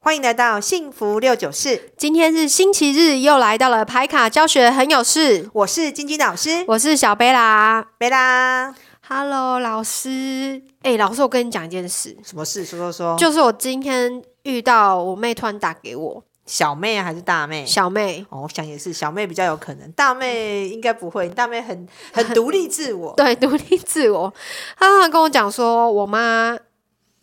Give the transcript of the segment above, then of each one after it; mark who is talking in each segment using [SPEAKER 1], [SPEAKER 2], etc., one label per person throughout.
[SPEAKER 1] 欢迎来到幸福六九四，
[SPEAKER 2] 今天是星期日，又来到了牌卡教学很有事。
[SPEAKER 1] 我是晶晶老师
[SPEAKER 2] 我是小贝啦
[SPEAKER 1] 贝拉。
[SPEAKER 2] ，Hello 老师。哎、老师，我跟你讲一件事，
[SPEAKER 1] 什么事？说说说。
[SPEAKER 2] 就是我今天遇到我妹突然打给我，
[SPEAKER 1] 小嗯妹还是大妹？
[SPEAKER 2] 小妹，
[SPEAKER 1] 哦，我想也是，小妹比较有可能，大妹应该不会。大妹很很独立自我。
[SPEAKER 2] 对，独立自我，她突然跟我讲说，我妈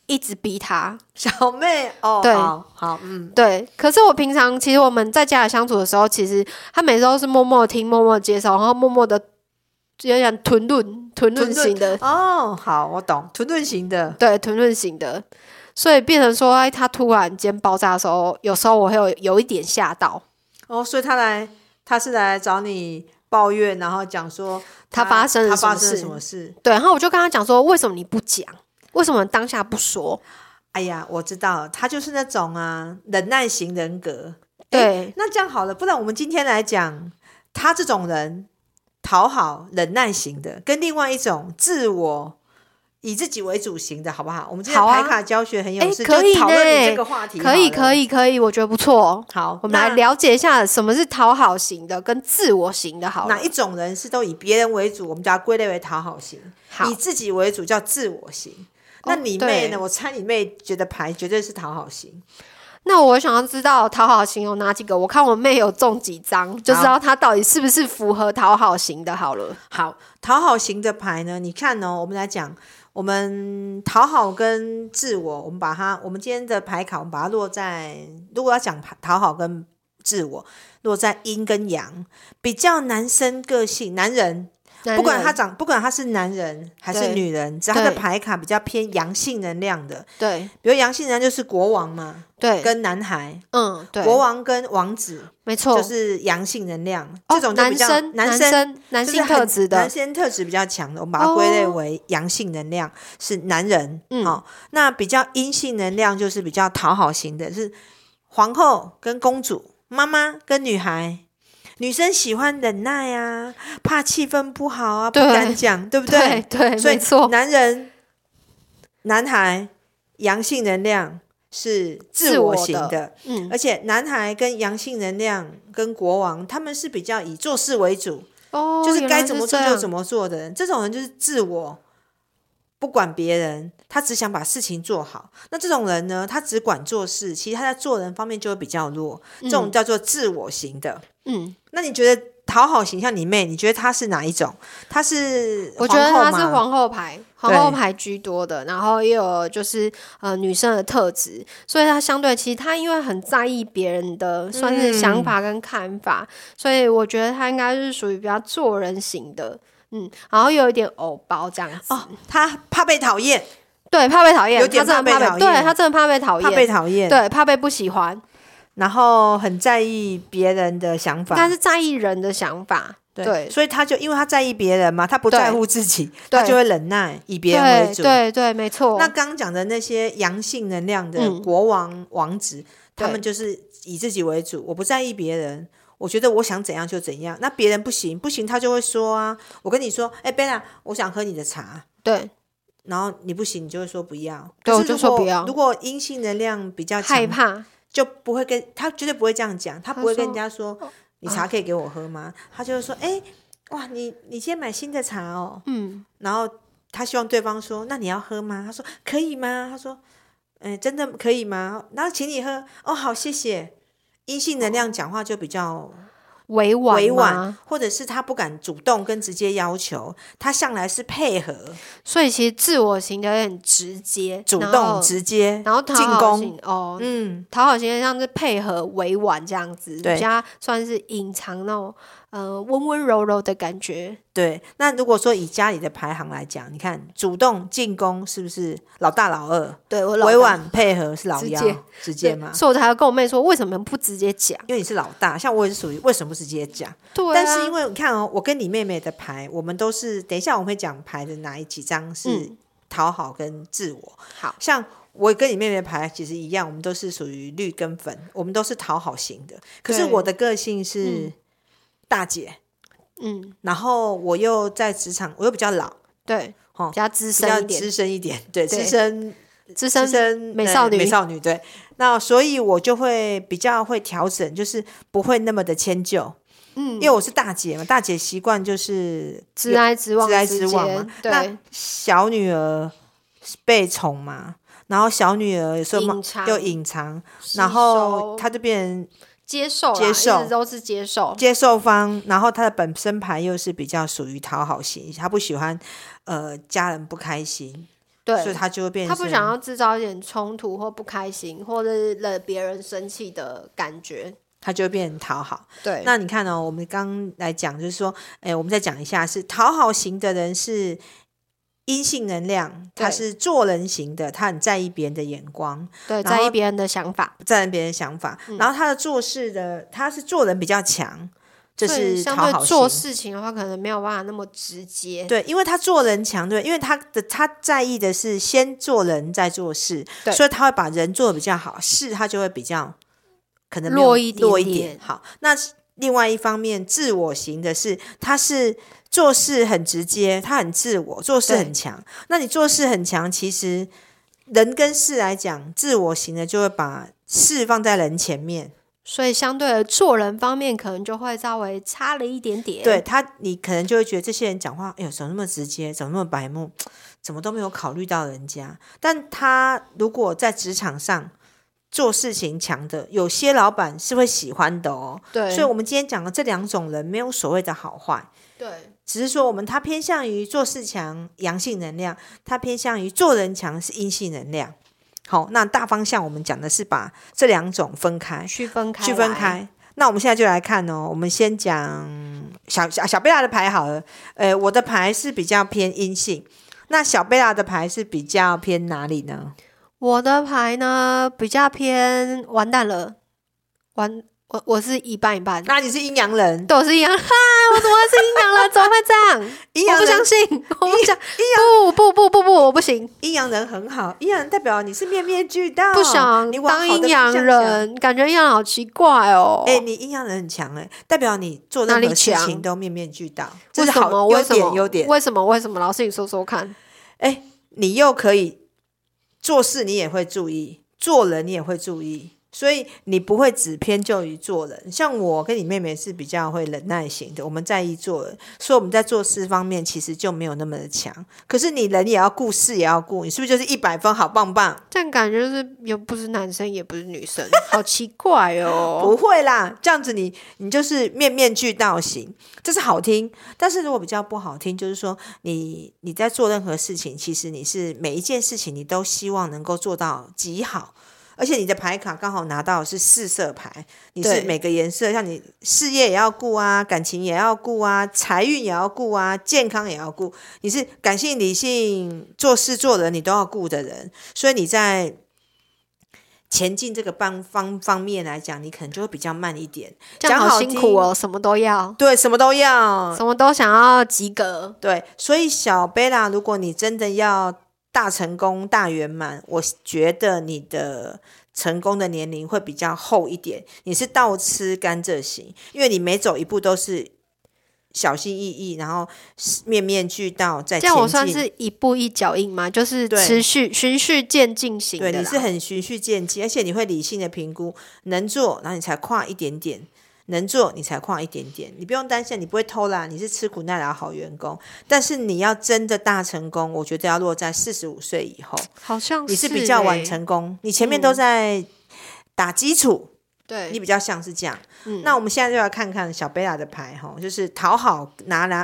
[SPEAKER 2] 一直逼她。
[SPEAKER 1] 小妹哦，
[SPEAKER 2] 对
[SPEAKER 1] 好，好，嗯，
[SPEAKER 2] 对，可是我平常其实我们在家里相处的时候，其实她每次都是默默地听、默默地接受，然后默默的有点吞论、吞论型的，
[SPEAKER 1] 哦，好，我懂，屯屯型的，
[SPEAKER 2] 对，吞论型的，所以变成说，哎，他突然间爆炸的时候，有时候我会有有一点吓到，
[SPEAKER 1] 哦，所以他来，他是来找你抱怨，然后讲说
[SPEAKER 2] 他发生了
[SPEAKER 1] 他
[SPEAKER 2] 什么
[SPEAKER 1] 发生了
[SPEAKER 2] 事
[SPEAKER 1] 什么事。
[SPEAKER 2] 对，然后我就跟他讲说，为什么你不讲？为什么当下不说？
[SPEAKER 1] 哎呀，我知道了，他就是那种啊忍耐型人格。
[SPEAKER 2] 对，
[SPEAKER 1] 那这样好了，不然我们今天来讲他这种人讨好忍耐型的，跟另外一种自我以自己为主型的，好不好？我们今天
[SPEAKER 2] 好啊
[SPEAKER 1] 排卡教学很有
[SPEAKER 2] 哎
[SPEAKER 1] 事，
[SPEAKER 2] 可以
[SPEAKER 1] 就讨论你
[SPEAKER 2] 呢
[SPEAKER 1] 这个话题，
[SPEAKER 2] 可以，可
[SPEAKER 1] 以。
[SPEAKER 2] 以，可以，我觉得不错。
[SPEAKER 1] 好，
[SPEAKER 2] 我们来
[SPEAKER 1] 哦那
[SPEAKER 2] 了解一下什么是讨好型的跟自我型的好了，
[SPEAKER 1] 哪一种人是都以别人为主，我们叫它归类为讨好型；
[SPEAKER 2] 好
[SPEAKER 1] 以自己为主叫自我型。那
[SPEAKER 2] 哦
[SPEAKER 1] 你妹
[SPEAKER 2] 对
[SPEAKER 1] 呢？我猜你妹觉得牌绝对是讨好型。
[SPEAKER 2] 那我想要知道讨好型有哪几个？我看我妹有中几张，就知道她到底是不是符合讨好型的。好了，
[SPEAKER 1] 好，讨好型的牌呢？你看哦，我们来讲，我们讨好跟自我，我们把它，我们今天的牌卡，我们把它落在，如果要讲牌讨好跟自我，落在阴跟阳，比较男生个性，男人，
[SPEAKER 2] 男
[SPEAKER 1] 不管他
[SPEAKER 2] 人
[SPEAKER 1] 长，不管他是男人还是
[SPEAKER 2] 对
[SPEAKER 1] 女人，只要他的
[SPEAKER 2] 对
[SPEAKER 1] 牌卡比较偏阳性能量的，
[SPEAKER 2] 对
[SPEAKER 1] 比如阳性能量就是国王嘛，
[SPEAKER 2] 对，
[SPEAKER 1] 跟男孩，
[SPEAKER 2] 嗯对，
[SPEAKER 1] 国王跟王子
[SPEAKER 2] 没错，
[SPEAKER 1] 就是阳性能量，
[SPEAKER 2] 哦
[SPEAKER 1] 这种就比
[SPEAKER 2] 男
[SPEAKER 1] 较
[SPEAKER 2] 生
[SPEAKER 1] 男生
[SPEAKER 2] 生男
[SPEAKER 1] 就是
[SPEAKER 2] 性
[SPEAKER 1] 很
[SPEAKER 2] 特质的哦
[SPEAKER 1] 男，性特质比较强的，我们把它归类为阳性能量、是男人，
[SPEAKER 2] 嗯
[SPEAKER 1] 哦，那比较阴性能量就是比较讨好型的，是皇后跟公主、妈妈跟女孩。女生喜欢忍耐啊，怕气氛不好啊，不
[SPEAKER 2] 对
[SPEAKER 1] 敢讲，对不
[SPEAKER 2] 对？对，
[SPEAKER 1] 所以
[SPEAKER 2] 没错，
[SPEAKER 1] 男人、男孩阳性能量是自我型
[SPEAKER 2] 自我
[SPEAKER 1] 的，
[SPEAKER 2] 嗯，
[SPEAKER 1] 而且男孩跟阳性能量跟国王，他们是比较以做事为主，
[SPEAKER 2] 哦，
[SPEAKER 1] 就是
[SPEAKER 2] 原
[SPEAKER 1] 该
[SPEAKER 2] 来
[SPEAKER 1] 怎
[SPEAKER 2] 是
[SPEAKER 1] 么
[SPEAKER 2] 这
[SPEAKER 1] 做就
[SPEAKER 2] 样
[SPEAKER 1] 怎么做的人，这种人就是自我，不管别人，他只想把事情做好。那这种人呢，他只管做事，其实他在做人方面就会比较弱，这种叫做自我型的。
[SPEAKER 2] 嗯，
[SPEAKER 1] 那你觉得讨好型像你妹，你觉得她是哪一种？她是
[SPEAKER 2] 我觉得
[SPEAKER 1] 皇后
[SPEAKER 2] 他是
[SPEAKER 1] 吗
[SPEAKER 2] 皇后牌，皇
[SPEAKER 1] 对
[SPEAKER 2] 后牌居多的，然后也有就是呃女生的特质，所以他相对其实他因为很在意别人
[SPEAKER 1] 嗯
[SPEAKER 2] 的算是想法跟看法，所以我觉得他应该是属于比较做人型的。嗯，然后又有一点偶包这样子，
[SPEAKER 1] 哦，她怕被讨厌，
[SPEAKER 2] 对，怕被讨厌，
[SPEAKER 1] 有点
[SPEAKER 2] 他真
[SPEAKER 1] 怕
[SPEAKER 2] 的
[SPEAKER 1] 被
[SPEAKER 2] 怕
[SPEAKER 1] 讨
[SPEAKER 2] 被，对
[SPEAKER 1] 厌
[SPEAKER 2] 他真的怕被讨
[SPEAKER 1] 怕被
[SPEAKER 2] 厌，
[SPEAKER 1] 讨厌，
[SPEAKER 2] 对，怕被不喜欢，
[SPEAKER 1] 然后很在意别人的想法，
[SPEAKER 2] 他是在意人的想法，对
[SPEAKER 1] 所以他就因为他在意别人嘛，他不在
[SPEAKER 2] 对
[SPEAKER 1] 乎自己，
[SPEAKER 2] 对
[SPEAKER 1] 他就会忍耐，以别人为
[SPEAKER 2] 对
[SPEAKER 1] 主。
[SPEAKER 2] 对对，没错。
[SPEAKER 1] 那刚刚讲的那些阳性能量的
[SPEAKER 2] 哦嗯
[SPEAKER 1] 国王、王子，他
[SPEAKER 2] 对
[SPEAKER 1] 们就是以自己为主，我不在意别人。我觉得我想怎样就怎样，那别人不行，不行他就会说啊，我跟你说，哎、贝拉，我想喝你的茶，
[SPEAKER 2] 对
[SPEAKER 1] 然后你不行，你就会说不要。
[SPEAKER 2] 对
[SPEAKER 1] 可
[SPEAKER 2] 我
[SPEAKER 1] 是
[SPEAKER 2] 就
[SPEAKER 1] 如
[SPEAKER 2] 说
[SPEAKER 1] 果
[SPEAKER 2] 不要
[SPEAKER 1] 如果阴性能量比较强
[SPEAKER 2] 害怕，
[SPEAKER 1] 就不会跟他绝对不会这样讲，他
[SPEAKER 2] 他
[SPEAKER 1] 不会
[SPEAKER 2] 说
[SPEAKER 1] 跟人家说
[SPEAKER 2] 哦
[SPEAKER 1] 你茶可以给我喝吗？他就会说，哎、哇，你你今天买新的茶哦，
[SPEAKER 2] 嗯，
[SPEAKER 1] 然后他希望对方说，那你要喝吗？他说可以吗？他说，嗯、真的可以吗？然后请你喝，哦，好，谢谢。阴性能量讲话就比较
[SPEAKER 2] 委婉
[SPEAKER 1] 委婉
[SPEAKER 2] 吗，，
[SPEAKER 1] 或者是他不敢主动跟直接要求，他向来是配合、
[SPEAKER 2] 所以其实自我型的有点直接，
[SPEAKER 1] 主
[SPEAKER 2] 然
[SPEAKER 1] 动、
[SPEAKER 2] 后
[SPEAKER 1] 直接
[SPEAKER 2] 然后讨
[SPEAKER 1] 进
[SPEAKER 2] 好
[SPEAKER 1] 攻。
[SPEAKER 2] 型哦，
[SPEAKER 1] 嗯，
[SPEAKER 2] 讨好型的像是配合委婉这样子，
[SPEAKER 1] 对
[SPEAKER 2] 比较算是隐藏那种呃温温柔柔的感觉，
[SPEAKER 1] 对，那如果说以家里的排行来讲，你看主动进攻是不是老大老二？
[SPEAKER 2] 对我老
[SPEAKER 1] 委
[SPEAKER 2] 大
[SPEAKER 1] 婉配合是老
[SPEAKER 2] 直
[SPEAKER 1] 幺
[SPEAKER 2] 接，
[SPEAKER 1] 直接
[SPEAKER 2] 对
[SPEAKER 1] 嘛，
[SPEAKER 2] 所以我才要跟我妹说，为什么不直接讲？
[SPEAKER 1] 因为你是老大，像我也是属于为什么不直接讲？
[SPEAKER 2] 对、啊，
[SPEAKER 1] 但是因为你看哦，我跟你妹妹的牌，我们都是等一下我们会讲牌的哪一几张是
[SPEAKER 2] 嗯
[SPEAKER 1] 讨好跟自我。
[SPEAKER 2] 好
[SPEAKER 1] 像我跟你妹妹的牌其实一样，我们都是属于绿跟粉，我们都是讨好型的。可是
[SPEAKER 2] 对
[SPEAKER 1] 我的个性是
[SPEAKER 2] 嗯
[SPEAKER 1] 大姐，
[SPEAKER 2] 嗯，
[SPEAKER 1] 然后我又在职场，我又比较老。
[SPEAKER 2] 对，
[SPEAKER 1] 哦
[SPEAKER 2] 比较资
[SPEAKER 1] 比较
[SPEAKER 2] 深一点，
[SPEAKER 1] 资深一点，对，
[SPEAKER 2] 对
[SPEAKER 1] 资深
[SPEAKER 2] 资
[SPEAKER 1] 资
[SPEAKER 2] 深
[SPEAKER 1] 深
[SPEAKER 2] 美
[SPEAKER 1] 呃
[SPEAKER 2] 少女
[SPEAKER 1] 美少女对。那所以我就会比较会调整，就是不会那么的迁就，
[SPEAKER 2] 嗯
[SPEAKER 1] 因为我是大姐嘛，大姐习惯就是
[SPEAKER 2] 直来直往
[SPEAKER 1] 直来
[SPEAKER 2] 之
[SPEAKER 1] 直往
[SPEAKER 2] 间
[SPEAKER 1] 嘛
[SPEAKER 2] 对
[SPEAKER 1] 那，小女儿被宠嘛，然后小女儿有时候嘛
[SPEAKER 2] 隐藏
[SPEAKER 1] 又隐藏，
[SPEAKER 2] 吸
[SPEAKER 1] 然后
[SPEAKER 2] 收
[SPEAKER 1] 她就变
[SPEAKER 2] 接受啦
[SPEAKER 1] 接
[SPEAKER 2] 一
[SPEAKER 1] 受
[SPEAKER 2] 直都是接受，
[SPEAKER 1] 接受方，然后她的本身牌又是比较属于讨好型，她不喜欢呃家人不开心，
[SPEAKER 2] 对
[SPEAKER 1] 所以，她就会变
[SPEAKER 2] 他
[SPEAKER 1] 成
[SPEAKER 2] 不想要制造一点冲突或不开心，或者是惹别人生气的感觉。
[SPEAKER 1] 她就会变成讨好。
[SPEAKER 2] 对，
[SPEAKER 1] 那你看哦，我们刚来讲就是说，哎，我们再讲一下，是讨好型的人是阴性能量，他
[SPEAKER 2] 对
[SPEAKER 1] 是做人型的，他很在意别人的眼光，
[SPEAKER 2] 对，
[SPEAKER 1] 然
[SPEAKER 2] 在意
[SPEAKER 1] 后
[SPEAKER 2] 别人的想法，
[SPEAKER 1] 在意别人的想法，
[SPEAKER 2] 嗯
[SPEAKER 1] 然后他的做事的，他是做人比较强，就
[SPEAKER 2] 所以
[SPEAKER 1] 是
[SPEAKER 2] 相
[SPEAKER 1] 讨
[SPEAKER 2] 对
[SPEAKER 1] 好
[SPEAKER 2] 做
[SPEAKER 1] 型。
[SPEAKER 2] 事情的话，可能没有办法那么直接。
[SPEAKER 1] 对，因为他做人强，对，因为他的他在意的是先做人再做事
[SPEAKER 2] 对，
[SPEAKER 1] 所以他会把人做的比较好，事他就会比较可能没有
[SPEAKER 2] 弱一点
[SPEAKER 1] 弱一
[SPEAKER 2] 点
[SPEAKER 1] 点。好，那另外一方面，自我型的是他是做事很直接，他很自我，做事
[SPEAKER 2] 对
[SPEAKER 1] 很强。那你做事很强，其实人跟事来讲，自我型的就会把事放在人前面。
[SPEAKER 2] 所以相对的做人方面，可能就会稍微差了一点点。
[SPEAKER 1] 对他，你可能就会觉得这些人讲话，哎呦，怎么那么直接，怎么那么白目，怎么都没有考虑到人家。但他如果在职场上做事情强的，有些老板是会喜欢的哦。
[SPEAKER 2] 对，
[SPEAKER 1] 所以，我们今天讲的这两种人，没有所谓的好坏，
[SPEAKER 2] 对
[SPEAKER 1] 只是说我们他偏向于做事强，阳性能量；他偏向于做人强，是阴性能量。好，那大方向我们讲的是把这两种分开。
[SPEAKER 2] 区分开，
[SPEAKER 1] 区分。开。那我们现在就来看哦，我们先讲小小小贝拉的牌好了。呃，我的牌是比较偏阴性，那小贝拉的牌是比较偏哪里呢？
[SPEAKER 2] 我的牌呢比较偏完蛋了，完我我是一半一半，
[SPEAKER 1] 那你是阴阳人，
[SPEAKER 2] 都是一样。哈，我怎么会是阴阳了？怎么会这样？
[SPEAKER 1] 阴
[SPEAKER 2] 我
[SPEAKER 1] 阳
[SPEAKER 2] 不相
[SPEAKER 1] 人，
[SPEAKER 2] 信， 我不想，不不不不不，我不行，
[SPEAKER 1] 阴阳人很好，阴阳人代表你是面面俱到，
[SPEAKER 2] 不想
[SPEAKER 1] 你往
[SPEAKER 2] 当
[SPEAKER 1] 好的
[SPEAKER 2] 阴阳
[SPEAKER 1] 方向想。
[SPEAKER 2] 人，感觉阴阳人好奇怪哦。
[SPEAKER 1] 哎、你阴阳人很强哎、代表你做
[SPEAKER 2] 哪
[SPEAKER 1] 任
[SPEAKER 2] 里
[SPEAKER 1] 何事
[SPEAKER 2] 强
[SPEAKER 1] 情都面面俱到，这
[SPEAKER 2] 为
[SPEAKER 1] 是
[SPEAKER 2] 什么？
[SPEAKER 1] 好
[SPEAKER 2] 为
[SPEAKER 1] 优
[SPEAKER 2] 什么？
[SPEAKER 1] 点优点。
[SPEAKER 2] 为什么？为什么？老师，你说说看。
[SPEAKER 1] 哎、你又可以做事，你也会注意；做人，你也会注意。所以你不会只偏就于做人，像我跟你妹妹是比较会忍耐型的，我们在意做人，所以我们在做事方面其实就没有那么的强。可是你人也要顾，事也要顾，你是不是就是一百分，好棒棒？
[SPEAKER 2] 这样感觉就是又不是男生，也不是 女生，好奇怪哦。
[SPEAKER 1] 不会啦，这样子你你就是面面俱到型，这是好听。但是如果比较不好听，就是说你你在做任何事情，其实你是每一件事情你都希望能够做到极好，而且你的牌卡刚好拿到的是四色牌，你是
[SPEAKER 2] 对
[SPEAKER 1] 每个颜色，像你事业也要顾啊，感情也要顾啊，财运也要顾啊，健康也要顾，你是感性、理性、做事做人你都要顾的人，所以你在前进这个方方方面来讲，你可能就会比较慢一点。
[SPEAKER 2] 这样
[SPEAKER 1] 讲
[SPEAKER 2] 好
[SPEAKER 1] 好嗯
[SPEAKER 2] 辛
[SPEAKER 1] 听
[SPEAKER 2] 苦哦，什么都要，
[SPEAKER 1] 对，什么都要。
[SPEAKER 2] 什么都想要及格。
[SPEAKER 1] 对，所以小贝拉，如果你真的要大成功、大圆满，我觉得你的成功的年龄会比较厚一点。你是倒吃甘蔗型，因为你每走一步都是小心翼翼，然后面面俱到在
[SPEAKER 2] 这
[SPEAKER 1] 哎前
[SPEAKER 2] 样
[SPEAKER 1] 进。
[SPEAKER 2] 我算是一步一脚印吗？就是
[SPEAKER 1] 对
[SPEAKER 2] 持续循序渐进型
[SPEAKER 1] 对，
[SPEAKER 2] 的啦。
[SPEAKER 1] 你是很循序渐进，而且你会理性的评估，能做，然后你才跨一点点。能做你才跨一点点，你不用担心，你不会偷懒，你是吃苦耐劳好员工。但是你要真的大成功，我觉得要落在四十五岁以后，
[SPEAKER 2] 好像
[SPEAKER 1] 你是比较晚
[SPEAKER 2] 欸。嗯
[SPEAKER 1] 成功，你前面都在打基础，
[SPEAKER 2] 对，
[SPEAKER 1] 你比较像是这样。
[SPEAKER 2] 嗯
[SPEAKER 1] 那我们现在就来看看小贝拉的牌哈，就是讨好拿拿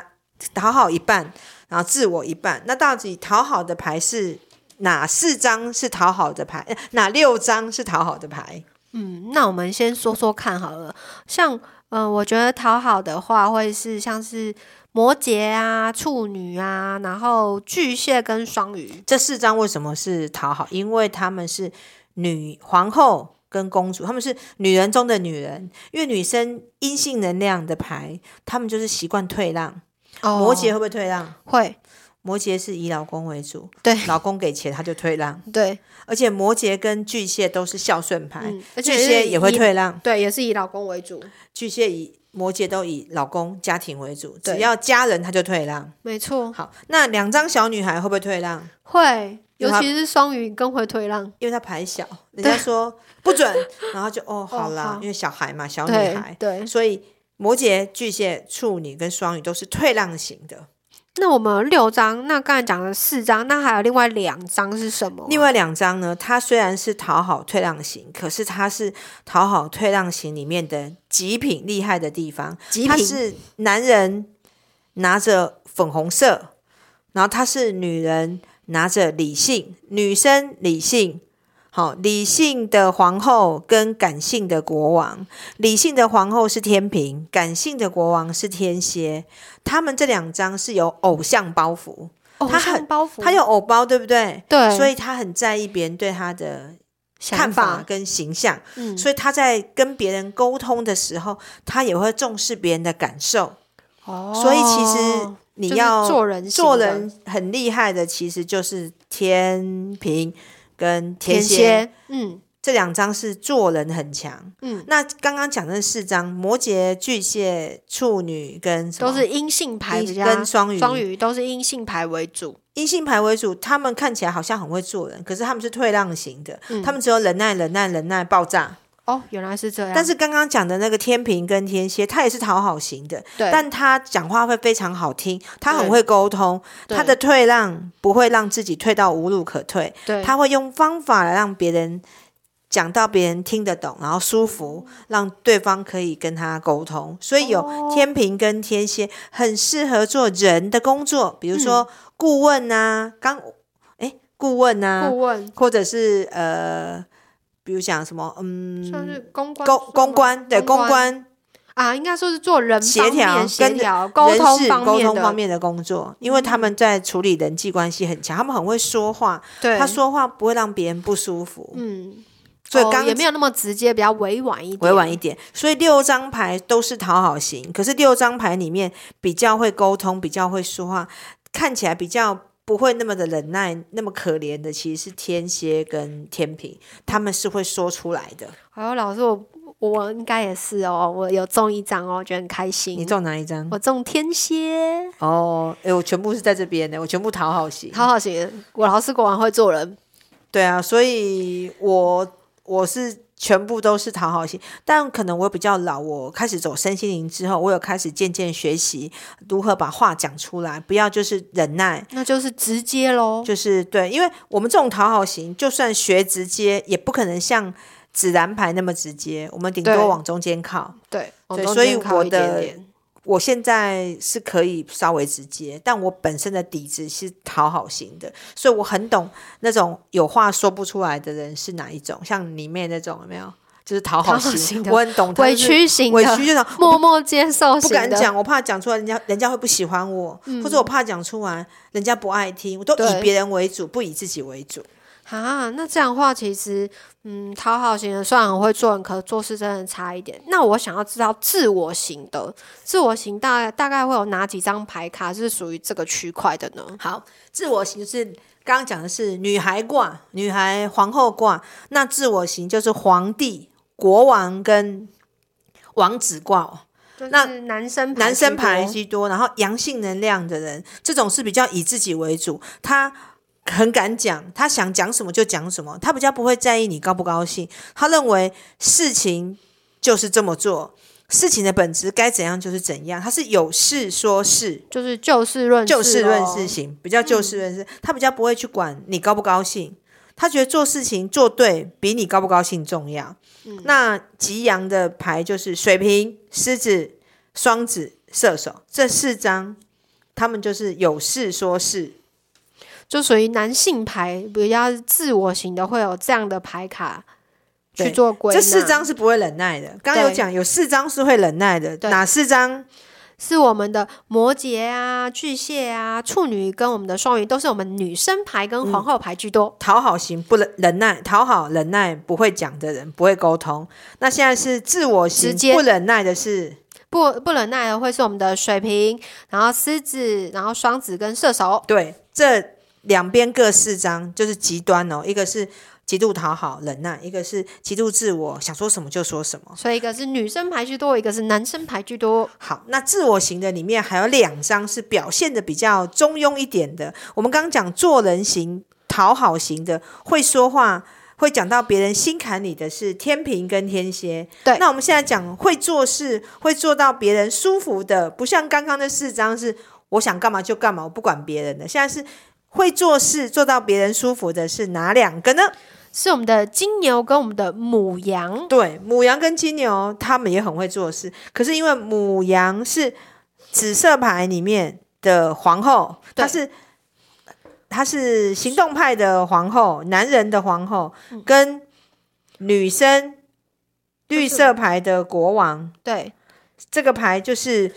[SPEAKER 1] 讨好一半，然后自我一半。那到底讨好的牌是哪四张是讨好的牌？呃哪六张是讨好的牌？
[SPEAKER 2] 嗯，那我们先说说看好了。像，呃，我觉得讨好的话，会是像是摩羯啊、处女啊，然后巨蟹跟双鱼。
[SPEAKER 1] 这四张为什么是讨好？因为他们是女皇后跟公主，他们是女人中的女人。因为女生阴性能量的牌，他们就是习惯退让。
[SPEAKER 2] 哦
[SPEAKER 1] 摩羯会不会退让？
[SPEAKER 2] 会，
[SPEAKER 1] 摩羯是以老公为主，
[SPEAKER 2] 对
[SPEAKER 1] 老公给钱他就退让。
[SPEAKER 2] 对，
[SPEAKER 1] 而且摩羯跟巨蟹都是孝顺牌，
[SPEAKER 2] 嗯，而且
[SPEAKER 1] 巨蟹
[SPEAKER 2] 是
[SPEAKER 1] 也会
[SPEAKER 2] 以，
[SPEAKER 1] 退让。
[SPEAKER 2] 对，也是以老公为主，
[SPEAKER 1] 巨蟹以摩羯都以老公家庭为主，
[SPEAKER 2] 对
[SPEAKER 1] 只要家人他就退让。
[SPEAKER 2] 没错，
[SPEAKER 1] 好，那两张小女孩会不会退让？
[SPEAKER 2] 会，尤
[SPEAKER 1] 他
[SPEAKER 2] 其是双鱼跟回腿浪，
[SPEAKER 1] 因为他牌小，人家说不准，然后就哦好啦，
[SPEAKER 2] 好
[SPEAKER 1] 因为小孩嘛，小女
[SPEAKER 2] 对
[SPEAKER 1] 孩，
[SPEAKER 2] 对。
[SPEAKER 1] 所以摩羯、巨蟹、处女跟双鱼都是退让型的。
[SPEAKER 2] 那我们有六张，那刚才讲了四张，那还有另外两张是什么啊？
[SPEAKER 1] 另外两张呢，它虽然是讨好退让型，可是它是讨好退让型里面的极品厉害的地方。
[SPEAKER 2] 极
[SPEAKER 1] 它
[SPEAKER 2] 品
[SPEAKER 1] 是男人拿着粉红色，然后它是女人拿着理性，女生理性。好，理性的皇后跟感性的国王，理性的皇后是天平，感性的国王是天蝎。他们这两张是有偶像包袱，
[SPEAKER 2] 偶
[SPEAKER 1] 他
[SPEAKER 2] 像
[SPEAKER 1] 很
[SPEAKER 2] 包袱，
[SPEAKER 1] 他有偶包，对不对？
[SPEAKER 2] 哦对，
[SPEAKER 1] 所以他很在意别人对他的看
[SPEAKER 2] 想
[SPEAKER 1] 法，跟形象，
[SPEAKER 2] 嗯，
[SPEAKER 1] 所以他在跟别人沟通的时候，他也会重视别人的感受。
[SPEAKER 2] 哦，
[SPEAKER 1] 所以其实你
[SPEAKER 2] 就是
[SPEAKER 1] 要
[SPEAKER 2] 做人型
[SPEAKER 1] 做
[SPEAKER 2] 的
[SPEAKER 1] 人很厉害的，其实就是天平跟
[SPEAKER 2] 天
[SPEAKER 1] 蝎
[SPEAKER 2] 蝎，嗯
[SPEAKER 1] 这两张是做人很强。
[SPEAKER 2] 嗯，
[SPEAKER 1] 那刚刚讲的四张，摩羯、巨蟹、处女跟什么
[SPEAKER 2] 都是阴性牌比较，
[SPEAKER 1] 跟双鱼，
[SPEAKER 2] 双鱼都是阴性牌为主，
[SPEAKER 1] 阴性牌为主，他们看起来好像很会做人，可是他们是退让型的，
[SPEAKER 2] 嗯
[SPEAKER 1] 他们只有忍耐、忍耐、忍耐爆炸。
[SPEAKER 2] 哦，原来是这样，
[SPEAKER 1] 但是刚刚讲的那个天平跟天蝎，他也是讨好型的，
[SPEAKER 2] 对，
[SPEAKER 1] 但他讲话会非常好听，他很
[SPEAKER 2] 对
[SPEAKER 1] 会沟通，
[SPEAKER 2] 对
[SPEAKER 1] 他的退让不会让自己退到无路可退，
[SPEAKER 2] 对
[SPEAKER 1] 他会用方法来让别人讲到别人听得懂，然后舒服，让对方可以跟他沟通。所以有
[SPEAKER 2] 哦
[SPEAKER 1] 天平跟天蝎很适合做人的工作，比如说
[SPEAKER 2] 嗯
[SPEAKER 1] 顾问呐、刚哎顾问呐、
[SPEAKER 2] 顾问
[SPEAKER 1] 或者是呃，比如讲什么嗯，
[SPEAKER 2] 算是公关
[SPEAKER 1] 公
[SPEAKER 2] 算吗
[SPEAKER 1] 公关对公关
[SPEAKER 2] 啊，应该说是做人
[SPEAKER 1] 协
[SPEAKER 2] 方面
[SPEAKER 1] 调
[SPEAKER 2] 协
[SPEAKER 1] 跟
[SPEAKER 2] 调沟
[SPEAKER 1] 人
[SPEAKER 2] 通
[SPEAKER 1] 事
[SPEAKER 2] 方
[SPEAKER 1] 沟
[SPEAKER 2] 面
[SPEAKER 1] 通
[SPEAKER 2] 的，嗯
[SPEAKER 1] 方面的工作，因为他们在处理人际关系很强，他们很会说话，
[SPEAKER 2] 对，
[SPEAKER 1] 他说话不会让别人不舒服，
[SPEAKER 2] 嗯，
[SPEAKER 1] 所以
[SPEAKER 2] 哦
[SPEAKER 1] 刚
[SPEAKER 2] 也没有那么直接，比较委婉一点，
[SPEAKER 1] 委婉一点。所以六张牌都是讨好型，可是六张牌里面比较会沟通，比较会说话，看起来比较。不会那么的忍耐，那么可怜的其实是天蝎跟天平，他们是会说出来的。
[SPEAKER 2] 哎呦，老师，我我应该也是哦，我有中一张哦，觉得很开心。
[SPEAKER 1] 你中哪一张？
[SPEAKER 2] 我中天蝎，
[SPEAKER 1] 哦，哎，我全部是在这边的，我全部讨好型。
[SPEAKER 2] 好好型。我老师果然会做人，
[SPEAKER 1] 对啊，所以我我是全部都是讨好型，但可能我比较老，我开始走身心灵之后，我有开始渐渐学习如何把话讲出来，不要就是忍耐，
[SPEAKER 2] 那就是直接喽。
[SPEAKER 1] 就是对，因为我们这种讨好型，就算学直接，也不可能像。紫然牌那么直接，我们顶
[SPEAKER 2] 对
[SPEAKER 1] 多往中间靠。
[SPEAKER 2] 对，往
[SPEAKER 1] 对
[SPEAKER 2] 中
[SPEAKER 1] 所以
[SPEAKER 2] 间靠
[SPEAKER 1] 我
[SPEAKER 2] 一点
[SPEAKER 1] 的
[SPEAKER 2] 点
[SPEAKER 1] 我现在是可以稍微直接，但我本身的底子是讨好型的，所以我很懂那种有话说不出来的人是哪一种，像里面那种有没有？就是讨好
[SPEAKER 2] 讨好
[SPEAKER 1] 型，
[SPEAKER 2] 型的
[SPEAKER 1] 我很懂他
[SPEAKER 2] 委
[SPEAKER 1] 就是
[SPEAKER 2] 屈型的，
[SPEAKER 1] 委屈就是
[SPEAKER 2] 默默接受
[SPEAKER 1] 不
[SPEAKER 2] 型的，嗯
[SPEAKER 1] 敢讲，我怕讲出来人家人家会不喜欢我，或者我怕讲出来人家不爱听，我都以
[SPEAKER 2] 对
[SPEAKER 1] 别人为主，不以自己为主。
[SPEAKER 2] 啊，那这样的话，其实，嗯，讨好型的虽然很会做人，可做事真的差一点。那我想要知道自我型的，自我型大概大概会有哪几张牌卡是属于这个区块的呢？
[SPEAKER 1] 好，自我型就是刚刚讲的是女孩卦，女孩皇后卦，那自我型就是皇帝、国王跟王子卦哦。
[SPEAKER 2] 就是
[SPEAKER 1] 那
[SPEAKER 2] 男生
[SPEAKER 1] 男生
[SPEAKER 2] 居
[SPEAKER 1] 牌
[SPEAKER 2] 多
[SPEAKER 1] 居多，然后阳性能量的人，这种是比较以自己为主，他很敢讲，他想讲什么就讲什么，他比较不会在意你高不高兴，他认为事情就是这么做，事情的本质该怎样就是怎样，他是有事说事。
[SPEAKER 2] 就是就事论
[SPEAKER 1] 就事论
[SPEAKER 2] 咯嗯
[SPEAKER 1] 事型，比较就事论事，他比较不会去管你高不高兴，他觉得做事情做对比你高不高兴重要。
[SPEAKER 2] 嗯
[SPEAKER 1] 那吉阳的牌就是水瓶、狮子、双子、射手这四张，他们就是有事说事。
[SPEAKER 2] 就属于男性牌比较自我型的，会有这样的牌卡去
[SPEAKER 1] 对
[SPEAKER 2] 做归纳。
[SPEAKER 1] 这四张是不会忍耐的。刚刚有
[SPEAKER 2] 对
[SPEAKER 1] 讲有四张是会忍耐的，
[SPEAKER 2] 对
[SPEAKER 1] 哪四张？
[SPEAKER 2] 是我们的摩羯啊、巨蟹啊、处女跟我们的双鱼，都是我们女生牌跟皇后牌居多。
[SPEAKER 1] 讨好型不忍忍耐，讨好忍耐不会讲的人不会沟通。那现在是自我型
[SPEAKER 2] 直接
[SPEAKER 1] 不忍耐的是
[SPEAKER 2] 不不忍耐的会是我们的水瓶，然后狮子，然后双子跟射手。
[SPEAKER 1] 对，这两边各四张，就是极端哦。一个是极度讨好、忍耐，一个是极度自我，想说什么就说什么。
[SPEAKER 2] 所以一个是女生牌居多，一个是男生牌居多。
[SPEAKER 1] 好，那自我型的里面还有两张是表现的比较中庸一点的。我们刚刚讲做人型。讨好型的，会说话。会讲到别人心坎里的是天平跟天蝎，
[SPEAKER 2] 对
[SPEAKER 1] 那我们现在讲会做事，会做到别人舒服的，不像刚刚那四张是我想干嘛就干嘛，我不管别人的。现在是会做事做到别人舒服的是哪两个呢？
[SPEAKER 2] 是我们的金牛跟我们的母羊，
[SPEAKER 1] 对，母羊跟金牛他们也很会做事，可是因为母羊是紫色牌里面的皇后，
[SPEAKER 2] 对
[SPEAKER 1] 她是她是行动派的皇后，男人的皇后，跟女生绿色牌的国王，
[SPEAKER 2] 对，
[SPEAKER 1] 这个牌就是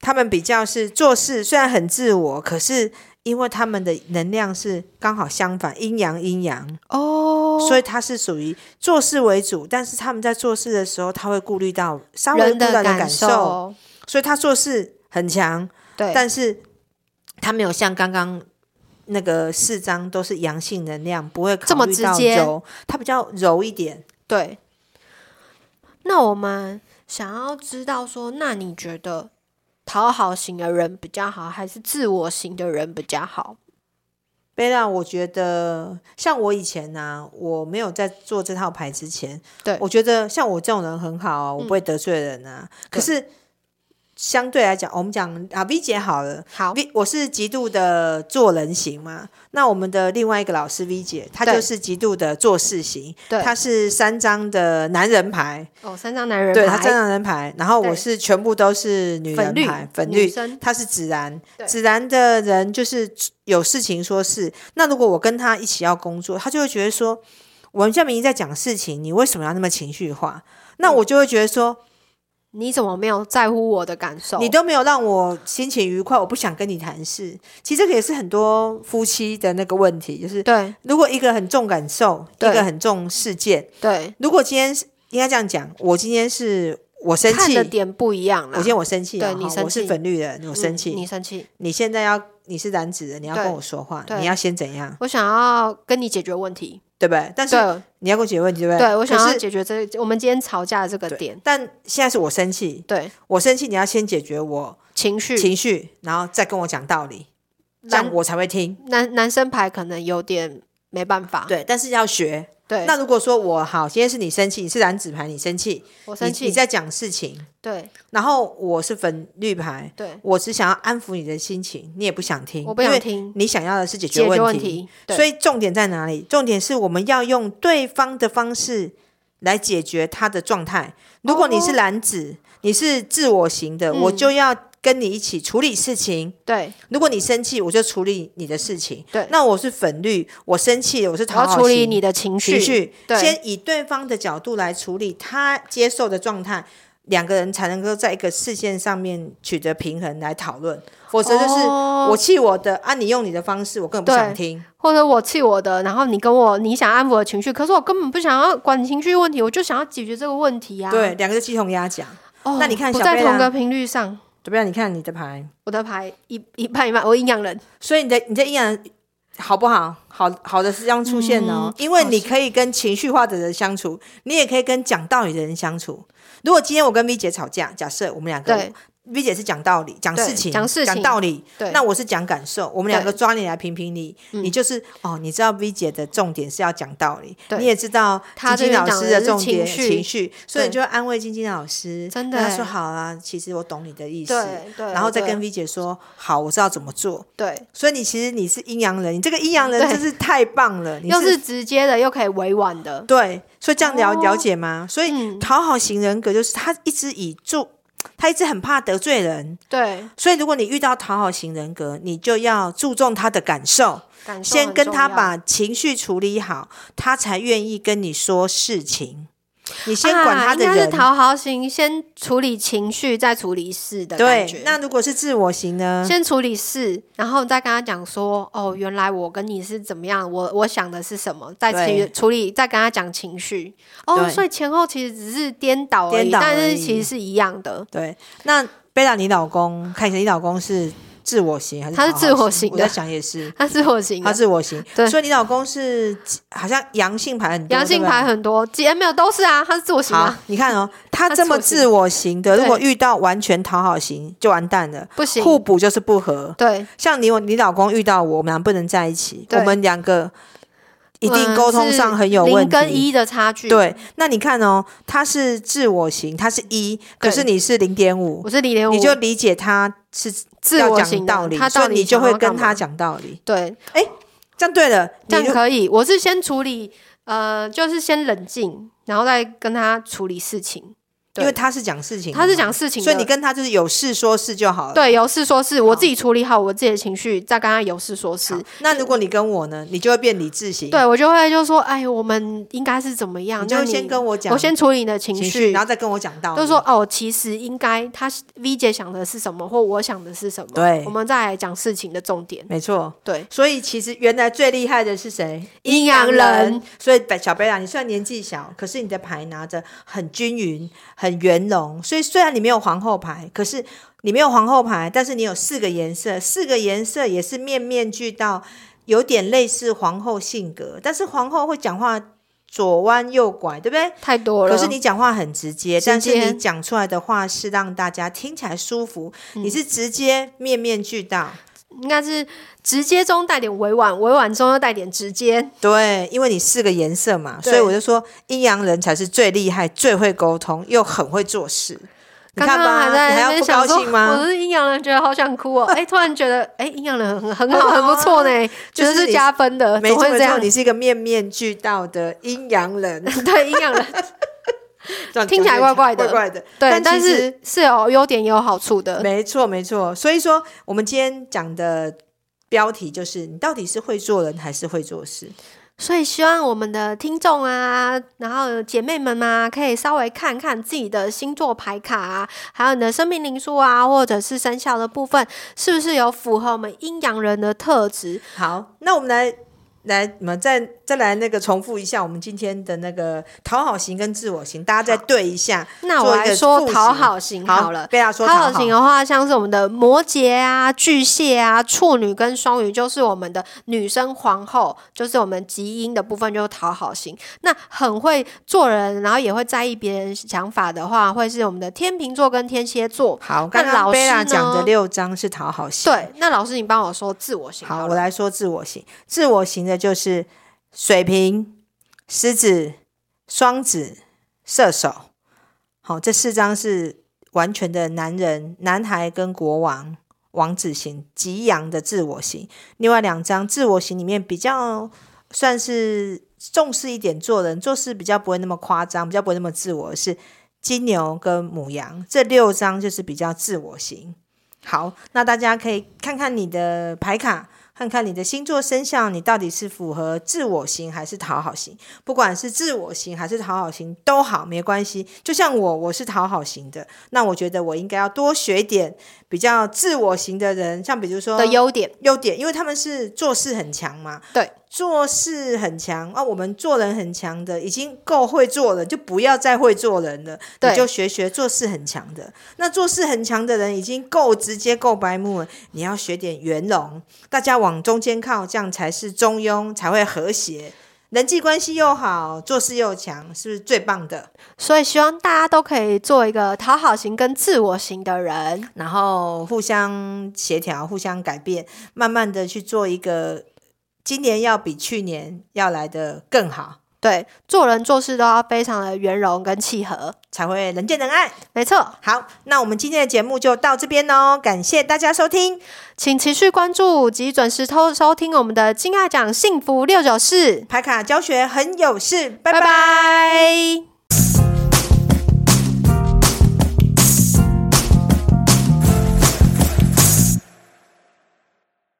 [SPEAKER 1] 他们比较是做事虽然很自我，可是。因为他们的能量是刚好相反，阴阳阴阳，
[SPEAKER 2] 哦，
[SPEAKER 1] 所以他是属于做事为主，但是他们在做事的时候，他会顾虑到稍微顾
[SPEAKER 2] 人
[SPEAKER 1] 虑到
[SPEAKER 2] 的
[SPEAKER 1] 你的感受，
[SPEAKER 2] 受，
[SPEAKER 1] 所以他做事很强，
[SPEAKER 2] 对，
[SPEAKER 1] 但是他没有像刚刚那个四张都是阳性能量，不会
[SPEAKER 2] 这
[SPEAKER 1] 考
[SPEAKER 2] 么
[SPEAKER 1] 虑
[SPEAKER 2] 直
[SPEAKER 1] 到
[SPEAKER 2] 接
[SPEAKER 1] 柔，他比较柔一点。
[SPEAKER 2] 对。那我们想要知道说，那你觉得讨好型的人比较好，还是自我型的人比较好？
[SPEAKER 1] 贝拉，我觉得像我以前呢、我没有在做这套牌之前，
[SPEAKER 2] 对嗯
[SPEAKER 1] 我觉得像我这种人很好啊，我不会得罪人啊。可是相对来讲，我们讲啊 V 姐好了，
[SPEAKER 2] 好，
[SPEAKER 1] V 我是极度的做人型嘛，那我们的另外一个老师 V 姐，她
[SPEAKER 2] 对
[SPEAKER 1] 就是极度的做事型，
[SPEAKER 2] 对，
[SPEAKER 1] 她是三张的男人牌，
[SPEAKER 2] 哦，三张男人
[SPEAKER 1] 对，
[SPEAKER 2] 牌
[SPEAKER 1] 她三张男人牌，然后我
[SPEAKER 2] 对
[SPEAKER 1] 是全部都是女人
[SPEAKER 2] 粉绿
[SPEAKER 1] 牌，粉
[SPEAKER 2] 女
[SPEAKER 1] 绿，
[SPEAKER 2] 生，
[SPEAKER 1] 她是紫然，
[SPEAKER 2] 对
[SPEAKER 1] 紫然的人就是有事情说事，那如果我跟她一起要工作，她就会觉得说，我们现在明明在讲事情，你为什么要那么情绪化？那
[SPEAKER 2] 嗯
[SPEAKER 1] 我就会觉得说，
[SPEAKER 2] 你怎么没有在乎我的感受？
[SPEAKER 1] 你都没有让我心情愉快，我不想跟你谈事。其实这个也是很多夫妻的那个问题，就是
[SPEAKER 2] 对
[SPEAKER 1] 如果一个很重感受，一
[SPEAKER 2] 对
[SPEAKER 1] 个很重事件，
[SPEAKER 2] 对，
[SPEAKER 1] 如果今天是应该这样讲，我今天是我生
[SPEAKER 2] 看
[SPEAKER 1] 气
[SPEAKER 2] 的，点不一样
[SPEAKER 1] 我
[SPEAKER 2] 啦。
[SPEAKER 1] 今天我生气了，
[SPEAKER 2] 对你
[SPEAKER 1] 哈
[SPEAKER 2] 生
[SPEAKER 1] 我是
[SPEAKER 2] 气
[SPEAKER 1] 粉绿人，我
[SPEAKER 2] 嗯
[SPEAKER 1] 生气。
[SPEAKER 2] 你生气，
[SPEAKER 1] 你现在要你是染指的，你要
[SPEAKER 2] 对
[SPEAKER 1] 跟我说话，
[SPEAKER 2] 对
[SPEAKER 1] 你要先怎样，
[SPEAKER 2] 我想要跟你解决问题。
[SPEAKER 1] 对不对？但是
[SPEAKER 2] 对
[SPEAKER 1] 你要跟我解决问题，对不对？
[SPEAKER 2] 对，我想
[SPEAKER 1] 可
[SPEAKER 2] 要
[SPEAKER 1] 是
[SPEAKER 2] 解决这我们今天吵架的这个
[SPEAKER 1] 对
[SPEAKER 2] 点。
[SPEAKER 1] 但现在是我生气，
[SPEAKER 2] 对，
[SPEAKER 1] 我生气，你要先解决我
[SPEAKER 2] 情绪
[SPEAKER 1] 情绪，然后再跟我讲道理，这样
[SPEAKER 2] 男
[SPEAKER 1] 我才会听。
[SPEAKER 2] 男男生牌可能有点没办法。
[SPEAKER 1] 对，但是要学。
[SPEAKER 2] 对，
[SPEAKER 1] 那如果说我好，今天是你生气，你是蓝纸牌，你生气，
[SPEAKER 2] 我生
[SPEAKER 1] 你，
[SPEAKER 2] 气
[SPEAKER 1] 你。在讲事情，
[SPEAKER 2] 对
[SPEAKER 1] 然后我是粉绿牌，
[SPEAKER 2] 对，
[SPEAKER 1] 我只想要安抚你的心情，你也不想听，
[SPEAKER 2] 我不想，听。
[SPEAKER 1] 你想要的是解
[SPEAKER 2] 解
[SPEAKER 1] 决
[SPEAKER 2] 决
[SPEAKER 1] 问
[SPEAKER 2] 问题，对
[SPEAKER 1] 所以重点在哪里？重点是我们要用对方的方式来解决他的状态。如果你是
[SPEAKER 2] 哦
[SPEAKER 1] 蓝纸，你是自我型的，我
[SPEAKER 2] 嗯
[SPEAKER 1] 就要跟你一起处理事情。
[SPEAKER 2] 对
[SPEAKER 1] 如果你生气，我就处理你的事情。
[SPEAKER 2] 对
[SPEAKER 1] 那我是粉绿，我生气了，我是
[SPEAKER 2] 我
[SPEAKER 1] 讨
[SPEAKER 2] 要
[SPEAKER 1] 好
[SPEAKER 2] 处理
[SPEAKER 1] 型
[SPEAKER 2] 你的情
[SPEAKER 1] 情
[SPEAKER 2] 绪，
[SPEAKER 1] 绪，
[SPEAKER 2] 对
[SPEAKER 1] 先以对方的角度来处理他接受的状态，两个人才能够在一个视线上面取得平衡来讨论，否则就是
[SPEAKER 2] 哦
[SPEAKER 1] 我气我的，啊，你用你的方式，我根本不想听。
[SPEAKER 2] 或者我气我的，然后你跟我你想安抚我的情绪，可是我根本不想要管你情绪问题，我就想要解决这个问题呀、啊。
[SPEAKER 1] 对，，两个是鸡同鸭讲。
[SPEAKER 2] 哦，
[SPEAKER 1] 那你看
[SPEAKER 2] 不
[SPEAKER 1] 小
[SPEAKER 2] 在
[SPEAKER 1] 贝啊
[SPEAKER 2] 同
[SPEAKER 1] 拉
[SPEAKER 2] 个频率上，
[SPEAKER 1] 怎么样？你看你的牌，
[SPEAKER 2] 我的牌一一半一半，我阴阳人，
[SPEAKER 1] 所以你的你的阴阳好不好？好好的是这样出现哦，
[SPEAKER 2] 嗯
[SPEAKER 1] 因为你可以跟情绪化的人相处，你也可以跟讲道理的人相处。如果今天我跟 V 姐吵架，假设我们两个
[SPEAKER 2] 对
[SPEAKER 1] V 姐是讲道理、讲
[SPEAKER 2] 对
[SPEAKER 1] 事情、
[SPEAKER 2] 讲事情
[SPEAKER 1] 道理，
[SPEAKER 2] 对嗯
[SPEAKER 1] 那我是讲感受，我们两个抓你来评评理。你就是哦，你知道 V 姐的重点是要讲道理，
[SPEAKER 2] 对
[SPEAKER 1] 你也知道
[SPEAKER 2] 她
[SPEAKER 1] 晶晶
[SPEAKER 2] 这边
[SPEAKER 1] 老
[SPEAKER 2] 讲
[SPEAKER 1] 师
[SPEAKER 2] 的是
[SPEAKER 1] 重
[SPEAKER 2] 情
[SPEAKER 1] 点
[SPEAKER 2] 绪
[SPEAKER 1] 情绪，所以
[SPEAKER 2] 对
[SPEAKER 1] 你就会安慰晶晶老师，
[SPEAKER 2] 真
[SPEAKER 1] 跟
[SPEAKER 2] 的
[SPEAKER 1] 她说
[SPEAKER 2] 欸
[SPEAKER 1] 好啦，其实我懂你的意思，
[SPEAKER 2] 对对，
[SPEAKER 1] 然后再
[SPEAKER 2] 对
[SPEAKER 1] 跟 V 姐说好，我知道怎么做。
[SPEAKER 2] 对，
[SPEAKER 1] 所以你其实你是阴阳人，你这个阴阳人
[SPEAKER 2] 对
[SPEAKER 1] 真是太棒了，你
[SPEAKER 2] 又是直接的，又可以委婉的，
[SPEAKER 1] 对，所以这样了、
[SPEAKER 2] 哦
[SPEAKER 1] 了解吗？所以
[SPEAKER 2] 嗯，
[SPEAKER 1] 讨好型人格就是他一直以做，他一直很怕得罪人，
[SPEAKER 2] 对，
[SPEAKER 1] 所以如果你遇到讨好型人格，你就要注重他的感受，
[SPEAKER 2] 感受
[SPEAKER 1] 先
[SPEAKER 2] 很
[SPEAKER 1] 跟
[SPEAKER 2] 重
[SPEAKER 1] 他
[SPEAKER 2] 要
[SPEAKER 1] 把情绪处理好，他才愿意跟你说事情。你先管
[SPEAKER 2] 啊
[SPEAKER 1] 他的
[SPEAKER 2] 应该
[SPEAKER 1] 人
[SPEAKER 2] 是，讨好型，先处理情绪，再处理事的感觉
[SPEAKER 1] 对。。那如果是自我型呢？
[SPEAKER 2] 先处理事，然后再跟他讲说，哦，原来我跟你是怎么样，我我想的是什么，再
[SPEAKER 1] 对
[SPEAKER 2] 去处理，再跟他讲情绪。哦，
[SPEAKER 1] 对
[SPEAKER 2] 所以前后其实只是颠倒而
[SPEAKER 1] 颠
[SPEAKER 2] 已，
[SPEAKER 1] 倒
[SPEAKER 2] 但
[SPEAKER 1] 而
[SPEAKER 2] 是
[SPEAKER 1] 已
[SPEAKER 2] 其实是一样的。
[SPEAKER 1] 对，那贝拉，你老公看一下，你老公是自我型还是
[SPEAKER 2] 他是
[SPEAKER 1] 讨
[SPEAKER 2] 自
[SPEAKER 1] 好
[SPEAKER 2] 我
[SPEAKER 1] 型？
[SPEAKER 2] 型
[SPEAKER 1] 我
[SPEAKER 2] 的
[SPEAKER 1] 在想也是，
[SPEAKER 2] 他是我型
[SPEAKER 1] 他
[SPEAKER 2] 的，
[SPEAKER 1] 自我型。
[SPEAKER 2] 对
[SPEAKER 1] 所以你老公是好像阳性牌很多，
[SPEAKER 2] 阳性
[SPEAKER 1] 对不对
[SPEAKER 2] 牌很多，几哎没有都是啊，他是自我型
[SPEAKER 1] 好
[SPEAKER 2] 啊，，
[SPEAKER 1] 你看哦，他
[SPEAKER 2] 他
[SPEAKER 1] 这么
[SPEAKER 2] 自我型
[SPEAKER 1] 自我型的，如
[SPEAKER 2] 对
[SPEAKER 1] 果遇到完全讨好型就完蛋了，
[SPEAKER 2] 不行，
[SPEAKER 1] 互补就是不合。
[SPEAKER 2] 对
[SPEAKER 1] 像你我你老公遇到我，我们俩不能在一起，
[SPEAKER 2] 对
[SPEAKER 1] 我们两个一定沟通上很有
[SPEAKER 2] 嗯是
[SPEAKER 1] 问
[SPEAKER 2] 零
[SPEAKER 1] 题。
[SPEAKER 2] 跟一的差距。，
[SPEAKER 1] 对，那你看哦，他是自我型，他是一，可是你是零点五
[SPEAKER 2] 我，是零点五，
[SPEAKER 1] 你就理解他是
[SPEAKER 2] 自
[SPEAKER 1] 要
[SPEAKER 2] 我
[SPEAKER 1] 讲
[SPEAKER 2] 型
[SPEAKER 1] 道
[SPEAKER 2] 的，
[SPEAKER 1] 理，
[SPEAKER 2] 他
[SPEAKER 1] 所
[SPEAKER 2] 到
[SPEAKER 1] 以
[SPEAKER 2] 底
[SPEAKER 1] 你就
[SPEAKER 2] 想
[SPEAKER 1] 会
[SPEAKER 2] 要
[SPEAKER 1] 跟
[SPEAKER 2] 干
[SPEAKER 1] 他
[SPEAKER 2] 嘛。
[SPEAKER 1] 讲道理。
[SPEAKER 2] 对，
[SPEAKER 1] 这样对了，
[SPEAKER 2] 这
[SPEAKER 1] 你
[SPEAKER 2] 样
[SPEAKER 1] 就
[SPEAKER 2] 可以。我是先处理，呃，就是先冷静，然后再跟他处理事情。对
[SPEAKER 1] 因为他是讲事情的嘛，
[SPEAKER 2] 他是讲事情的，
[SPEAKER 1] 所以你跟他就是有事说事就好了。
[SPEAKER 2] 对有事说事，我自己处理好我自己的情绪，再跟他有事说事
[SPEAKER 1] 好。。那如果你跟我呢，你就会变理智型。
[SPEAKER 2] 对，我就会就说，哎，我们应该是怎么样？
[SPEAKER 1] 你就
[SPEAKER 2] 那
[SPEAKER 1] 先跟我讲
[SPEAKER 2] 我先处理你的情
[SPEAKER 1] 情
[SPEAKER 2] 绪，
[SPEAKER 1] 绪，然后再跟我讲道理。
[SPEAKER 2] 就说哦，其实应该他 V 姐想的是什么，或我想的是什么，
[SPEAKER 1] 对
[SPEAKER 2] 我们再来讲事情的重点。
[SPEAKER 1] 没错。
[SPEAKER 2] 对，
[SPEAKER 1] 所以其实原来最厉害的是谁？
[SPEAKER 2] 阴阳人。
[SPEAKER 1] 所以北小贝拉，你虽然年纪小，可是你的牌拿着很均匀、很圆融。所以虽然你没有皇后牌，可是你没有皇后牌，但是你有四个颜色，四个颜色也是面面俱到，有点类似皇后性格。但是皇后会讲话左弯右拐，对不对？
[SPEAKER 2] 太多了。
[SPEAKER 1] 可是你讲话很直接，
[SPEAKER 2] 直
[SPEAKER 1] 但是
[SPEAKER 2] 接
[SPEAKER 1] 你讲出来的话是让大家听起来舒服，
[SPEAKER 2] 嗯
[SPEAKER 1] 你是直接面面俱到。
[SPEAKER 2] 应该是直接中带点委婉，委婉中又带点直接。
[SPEAKER 1] 对，因为你四个颜色嘛，
[SPEAKER 2] 对
[SPEAKER 1] 所以我就说阴阳人才是最厉害、最会沟通又很会做事。你
[SPEAKER 2] 刚
[SPEAKER 1] 看
[SPEAKER 2] 刚
[SPEAKER 1] 吧，
[SPEAKER 2] 还在
[SPEAKER 1] 你
[SPEAKER 2] 那
[SPEAKER 1] 要
[SPEAKER 2] 边
[SPEAKER 1] 不
[SPEAKER 2] 想
[SPEAKER 1] 高
[SPEAKER 2] 说，
[SPEAKER 1] 兴吗
[SPEAKER 2] 我？是阴阳人，觉得好 想哭哦。哎，突然觉得，哎，阴阳人很很好，很不错呢，觉得
[SPEAKER 1] 哦就是
[SPEAKER 2] 是
[SPEAKER 1] 你
[SPEAKER 2] 加分的，
[SPEAKER 1] 没
[SPEAKER 2] 呃怎么
[SPEAKER 1] 错
[SPEAKER 2] 会
[SPEAKER 1] 没
[SPEAKER 2] 这
[SPEAKER 1] 错，
[SPEAKER 2] 样？
[SPEAKER 1] 你是一个面面俱到的阴阳人，
[SPEAKER 2] 对阴阳人，
[SPEAKER 1] 这样
[SPEAKER 2] 听起来
[SPEAKER 1] 讲
[SPEAKER 2] 怪怪的
[SPEAKER 1] 怪怪的。
[SPEAKER 2] 对，
[SPEAKER 1] 但
[SPEAKER 2] 但
[SPEAKER 1] 其实
[SPEAKER 2] 是呃是有优点也有好处的。
[SPEAKER 1] 没错没错，所以说我们今天讲的标题就是你到底是会做人还是会做事？
[SPEAKER 2] 所以希望我们的听众啊，然后姐妹们啊，可以稍微看看自己的星座牌卡啊，还有你的生命灵数啊，或者是生肖的部分，是不是有符合我们阴阳人的特质？
[SPEAKER 1] 好，那我们来来，我们再再来那个重复一下我们今天的那个讨好型跟自我型，大家再对一下。
[SPEAKER 2] 那我
[SPEAKER 1] 做一
[SPEAKER 2] 来
[SPEAKER 1] 个
[SPEAKER 2] 说
[SPEAKER 1] 复习
[SPEAKER 2] 讨好型好了。
[SPEAKER 1] 贝拉说
[SPEAKER 2] 讨
[SPEAKER 1] 讨
[SPEAKER 2] 好型哦的话，像是我们的摩羯啊、巨蟹啊、处女跟双鱼，就是我们的女生皇后，就是我们基因的部分，就是讨好型。那很会做人，然后也会在意别人想法的话，会是我们的天秤座跟天蝎座。
[SPEAKER 1] 好，刚
[SPEAKER 2] 那老
[SPEAKER 1] 刚贝拉
[SPEAKER 2] 师
[SPEAKER 1] 讲的
[SPEAKER 2] 呢
[SPEAKER 1] 六章是讨好型。，
[SPEAKER 2] 对，那老师，你帮我说自我型
[SPEAKER 1] 好，
[SPEAKER 2] 好
[SPEAKER 1] 我
[SPEAKER 2] 了。
[SPEAKER 1] 来说自我型。自我型的就是水瓶、狮子、双子、射手。好，这四张是完全的男人、男孩跟国王、王子型、极阳的自我型。另外两张自我型里面比较算是重视一点做人，做事比较不会那么夸张，比较不会那么自我，是金牛跟母羊这六张就是比较自我型。好，那大家可以看看你的牌卡，看看你的星座生肖，你到底是符合自我型还是讨好型？不管是自我型还是讨好型都好，没关系。就像我，我是讨好型的，那我觉得我应该要多学一点比较自我型的人，像比如说
[SPEAKER 2] 的优点，
[SPEAKER 1] 优点，因为他们是做事很强嘛，
[SPEAKER 2] 对，
[SPEAKER 1] 做事很强啊，我们做人很强的已经够会做了，就不要再会做人了，
[SPEAKER 2] 对
[SPEAKER 1] 你就学学做事很强的。那做事很强的人已经够直接、够白目了，你要学点圆融，大家往中间靠，这样才是中庸，才会和谐。人际关系又好，做事又强，是不是最棒的？
[SPEAKER 2] 所以希望大家都可以做一个讨好型跟自我型的人。
[SPEAKER 1] 然后互相协调、互相改变，慢慢的去做一个今年要比去年要来的更好，
[SPEAKER 2] 对，做人做事都要非常的圆融跟契合。
[SPEAKER 1] 才会人见人爱。
[SPEAKER 2] 没错，
[SPEAKER 1] 好，那我们今天的节目就到这边喽，感谢大家收听，
[SPEAKER 2] 请持续关注及准时收收听我们的《金爱奖幸福六九四》，
[SPEAKER 1] 牌卡教学很有事，拜
[SPEAKER 2] 拜
[SPEAKER 1] 拜
[SPEAKER 2] 拜